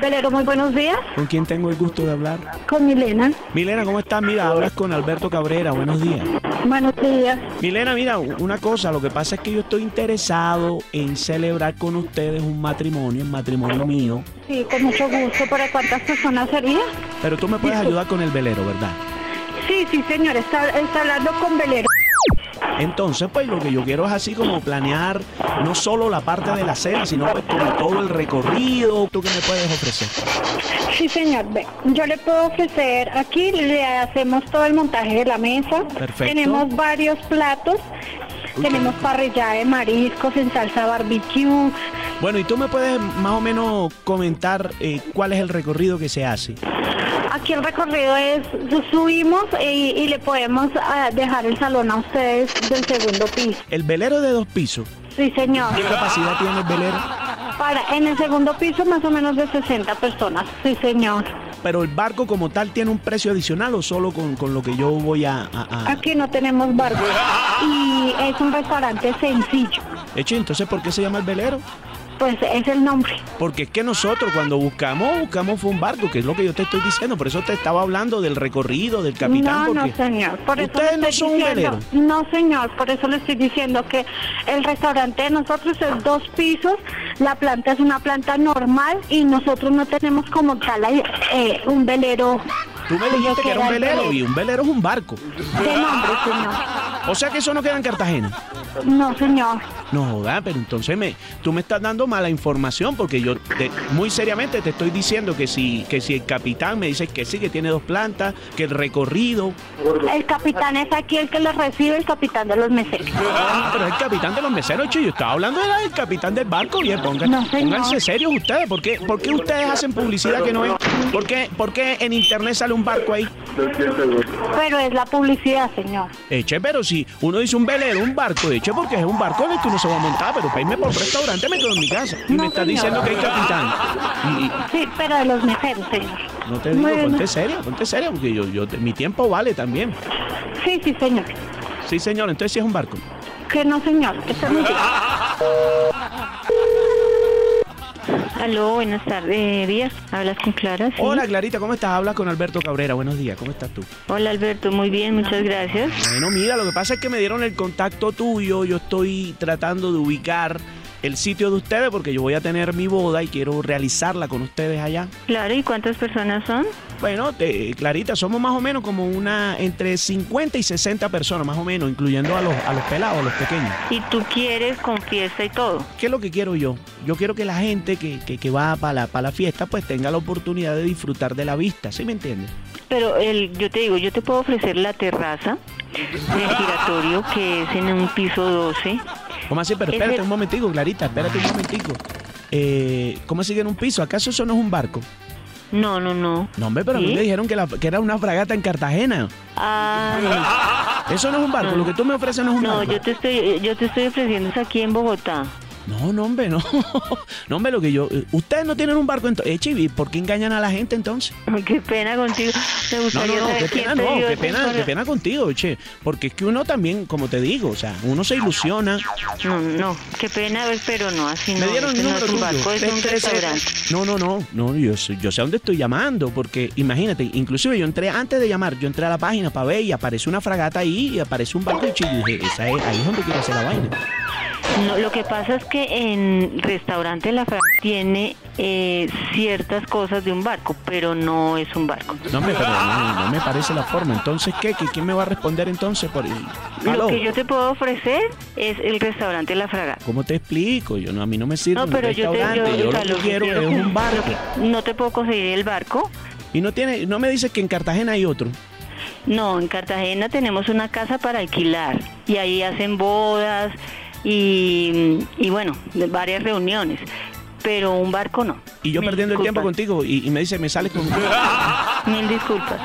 Galero, muy buenos días. ¿Con quién tengo el gusto de hablar? Con Milena. Milena, ¿cómo estás? Mira, hablas con Alberto Cabrera. Buenos días. Buenos días. Milena, mira, una cosa, lo que pasa es que yo estoy interesado en celebrar con ustedes un matrimonio, un matrimonio mío. Sí, con mucho gusto. ¿Para cuántas personas sería? Pero tú me puedes ayudar con el velero, ¿verdad? Sí, sí, señor. Está, está hablando con Velero. Entonces, pues lo que yo quiero es así como planear no solo la parte de la cena, sino pues como todo el recorrido. ¿Tú qué me puedes ofrecer? Sí, señor. Ve, yo le puedo ofrecer, aquí le hacemos todo el montaje de la mesa. Perfecto. Tenemos varios platos. Uy, Tenemos qué rico. parrillada de mariscos en salsa barbecue. Bueno, y tú me puedes más o menos comentar eh, cuál es el recorrido que se hace. Aquí el recorrido es, su- subimos y, y le podemos ah, dejar el salón a ustedes del segundo piso. El velero de dos pisos. Sí, señor. ¿Qué capacidad tiene el velero? Para, en el segundo piso más o menos de 60 personas. Sí, señor. Pero el barco como tal tiene un precio adicional o solo con, con lo que yo voy a... a- a- Aquí no tenemos barco. Y es un restaurante sencillo. Hecho, entonces, ¿por qué se llama el velero? Pues es el nombre. Porque es que nosotros cuando buscamos, buscamos fue un barco, que es lo que yo te estoy diciendo. Por eso te estaba hablando del recorrido, del capitán. no, porque no, señor. Por eso ustedes le no estoy son un diciendo- No, señor. Por eso le estoy diciendo que el restaurante de nosotros es dos pisos. La planta es una planta normal y nosotros no tenemos como tal eh, un velero. Tú me dijiste que era un el velero y un velero es un barco. De nombre, señor. O sea que eso no queda en Cartagena. No, señor. No joda, pero entonces me, tú me estás dando mala información porque yo te- muy seriamente te estoy diciendo que si, que si el capitán me dice que sí, que tiene dos plantas, que el recorrido... El capitán es aquí el que lo recibe, el capitán de los meseros. Ah, pero es el capitán de los meseros, che, yo estaba hablando era del capitán del barco, y pongan, No, señor. pónganse serios ustedes, ¿por qué, por qué ustedes hacen publicidad que no es? ¿Por qué, por qué en internet sale un barco ahí? Pero es la publicidad, señor. Eche, pero si uno dice un velero, un barco, eche, porque es un barco en el que uno se va a montar, pero para irme por un restaurante me quedo en mi casa. Y No, me estás señor. diciendo que hay capitán. Y- y- Sí, pero de los meseros, señor. No te digo, Bueno. ponte seria, ponte seria, porque yo, yo, mi tiempo vale también. Sí, sí, señor. Sí, señor, entonces sí es un barco. Que no, señor. Que está muy bien. Aló, buenas tardes, eh, días. Hablas con Clara. sí. Hola, Clarita, ¿cómo estás? Hablas con Alberto Cabrera, buenos días, ¿cómo estás tú? Hola, Alberto. Muy bien, muchas gracias. Bueno, mira, lo que pasa es que me dieron el contacto tuyo, yo estoy tratando de ubicar el sitio de ustedes porque yo voy a tener mi boda y quiero realizarla con ustedes allá. Claro, ¿y cuántas personas son? Bueno, te- Clarita, somos más o menos como una entre 50 y 60 personas, más o menos, incluyendo a los, a los pelados, a los pequeños. Y tú quieres con fiesta y todo. ¿Qué es lo que quiero yo? Yo quiero que la gente que, que- que va para la, para la fiesta pues tenga la oportunidad de disfrutar de la vista, ¿sí me entiendes? Pero el, yo te digo, yo te puedo ofrecer la terraza del giratorio que es en un piso 12. ¿Cómo así? Pero Es espérate el- un momentico, Clarita, espérate un momentico. Eh, ¿Cómo así que en un piso? ¿Acaso eso no es un barco? No, no, no. No, hombre, pero a mí ¿Sí? me dijeron que, la- que era una fragata en Cartagena. Ah, Eso no es un barco, lo que tú me ofreces no es un no, barco. yo te estoy, yo te estoy ofreciendo es aquí en Bogotá. No, no, hombre, no. No, hombre, lo que yo... eh, Ustedes no tienen un barco, entonces... Eh, Chivi, ¿por qué engañan a la gente entonces? Qué pena contigo. Me No, gustaría no, no, saber qué quién pena, te no, dio qué esa pena, qué información. pena contigo, che. Porque es que uno también, como te digo, o sea, uno se ilusiona. No, no, qué pena, ver, pero no, así no. Me dieron este el no número es un tuyo. Este barco, es un 313. restaurante. No, no, no, no, yo, sé- yo sé a dónde estoy llamando, porque imagínate, inclusive yo entré, antes de llamar, yo entré a la página para ver y aparece una fragata ahí y aparece un barco y yo dije, esa es, ahí es donde quiero hacer la vaina. No, lo que pasa es que en restaurante La Fragata tiene eh, ciertas cosas de un barco, pero no es un barco. No me, pero no, no me parece la forma. Entonces, ¿qué? ¿Qué- ¿Quién me va a responder entonces por el... Lo ¿Aló? que yo te puedo ofrecer es el restaurante La Fragata. ¿Cómo te explico? Yo no, a mí no me sirve No, un pero yo te restaurante. Yo, o sea, lo que quiero quiero- es un lo barco. que- No te puedo conseguir el barco. Y no tiene, no me dices que en Cartagena hay otro. No, en Cartagena tenemos una casa para alquilar y ahí hacen bodas y, y bueno, de varias reuniones, pero un barco no. Y yo Mil perdiendo el tiempo disculpas, contigo y, y me dice, me sales con... Mil disculpas.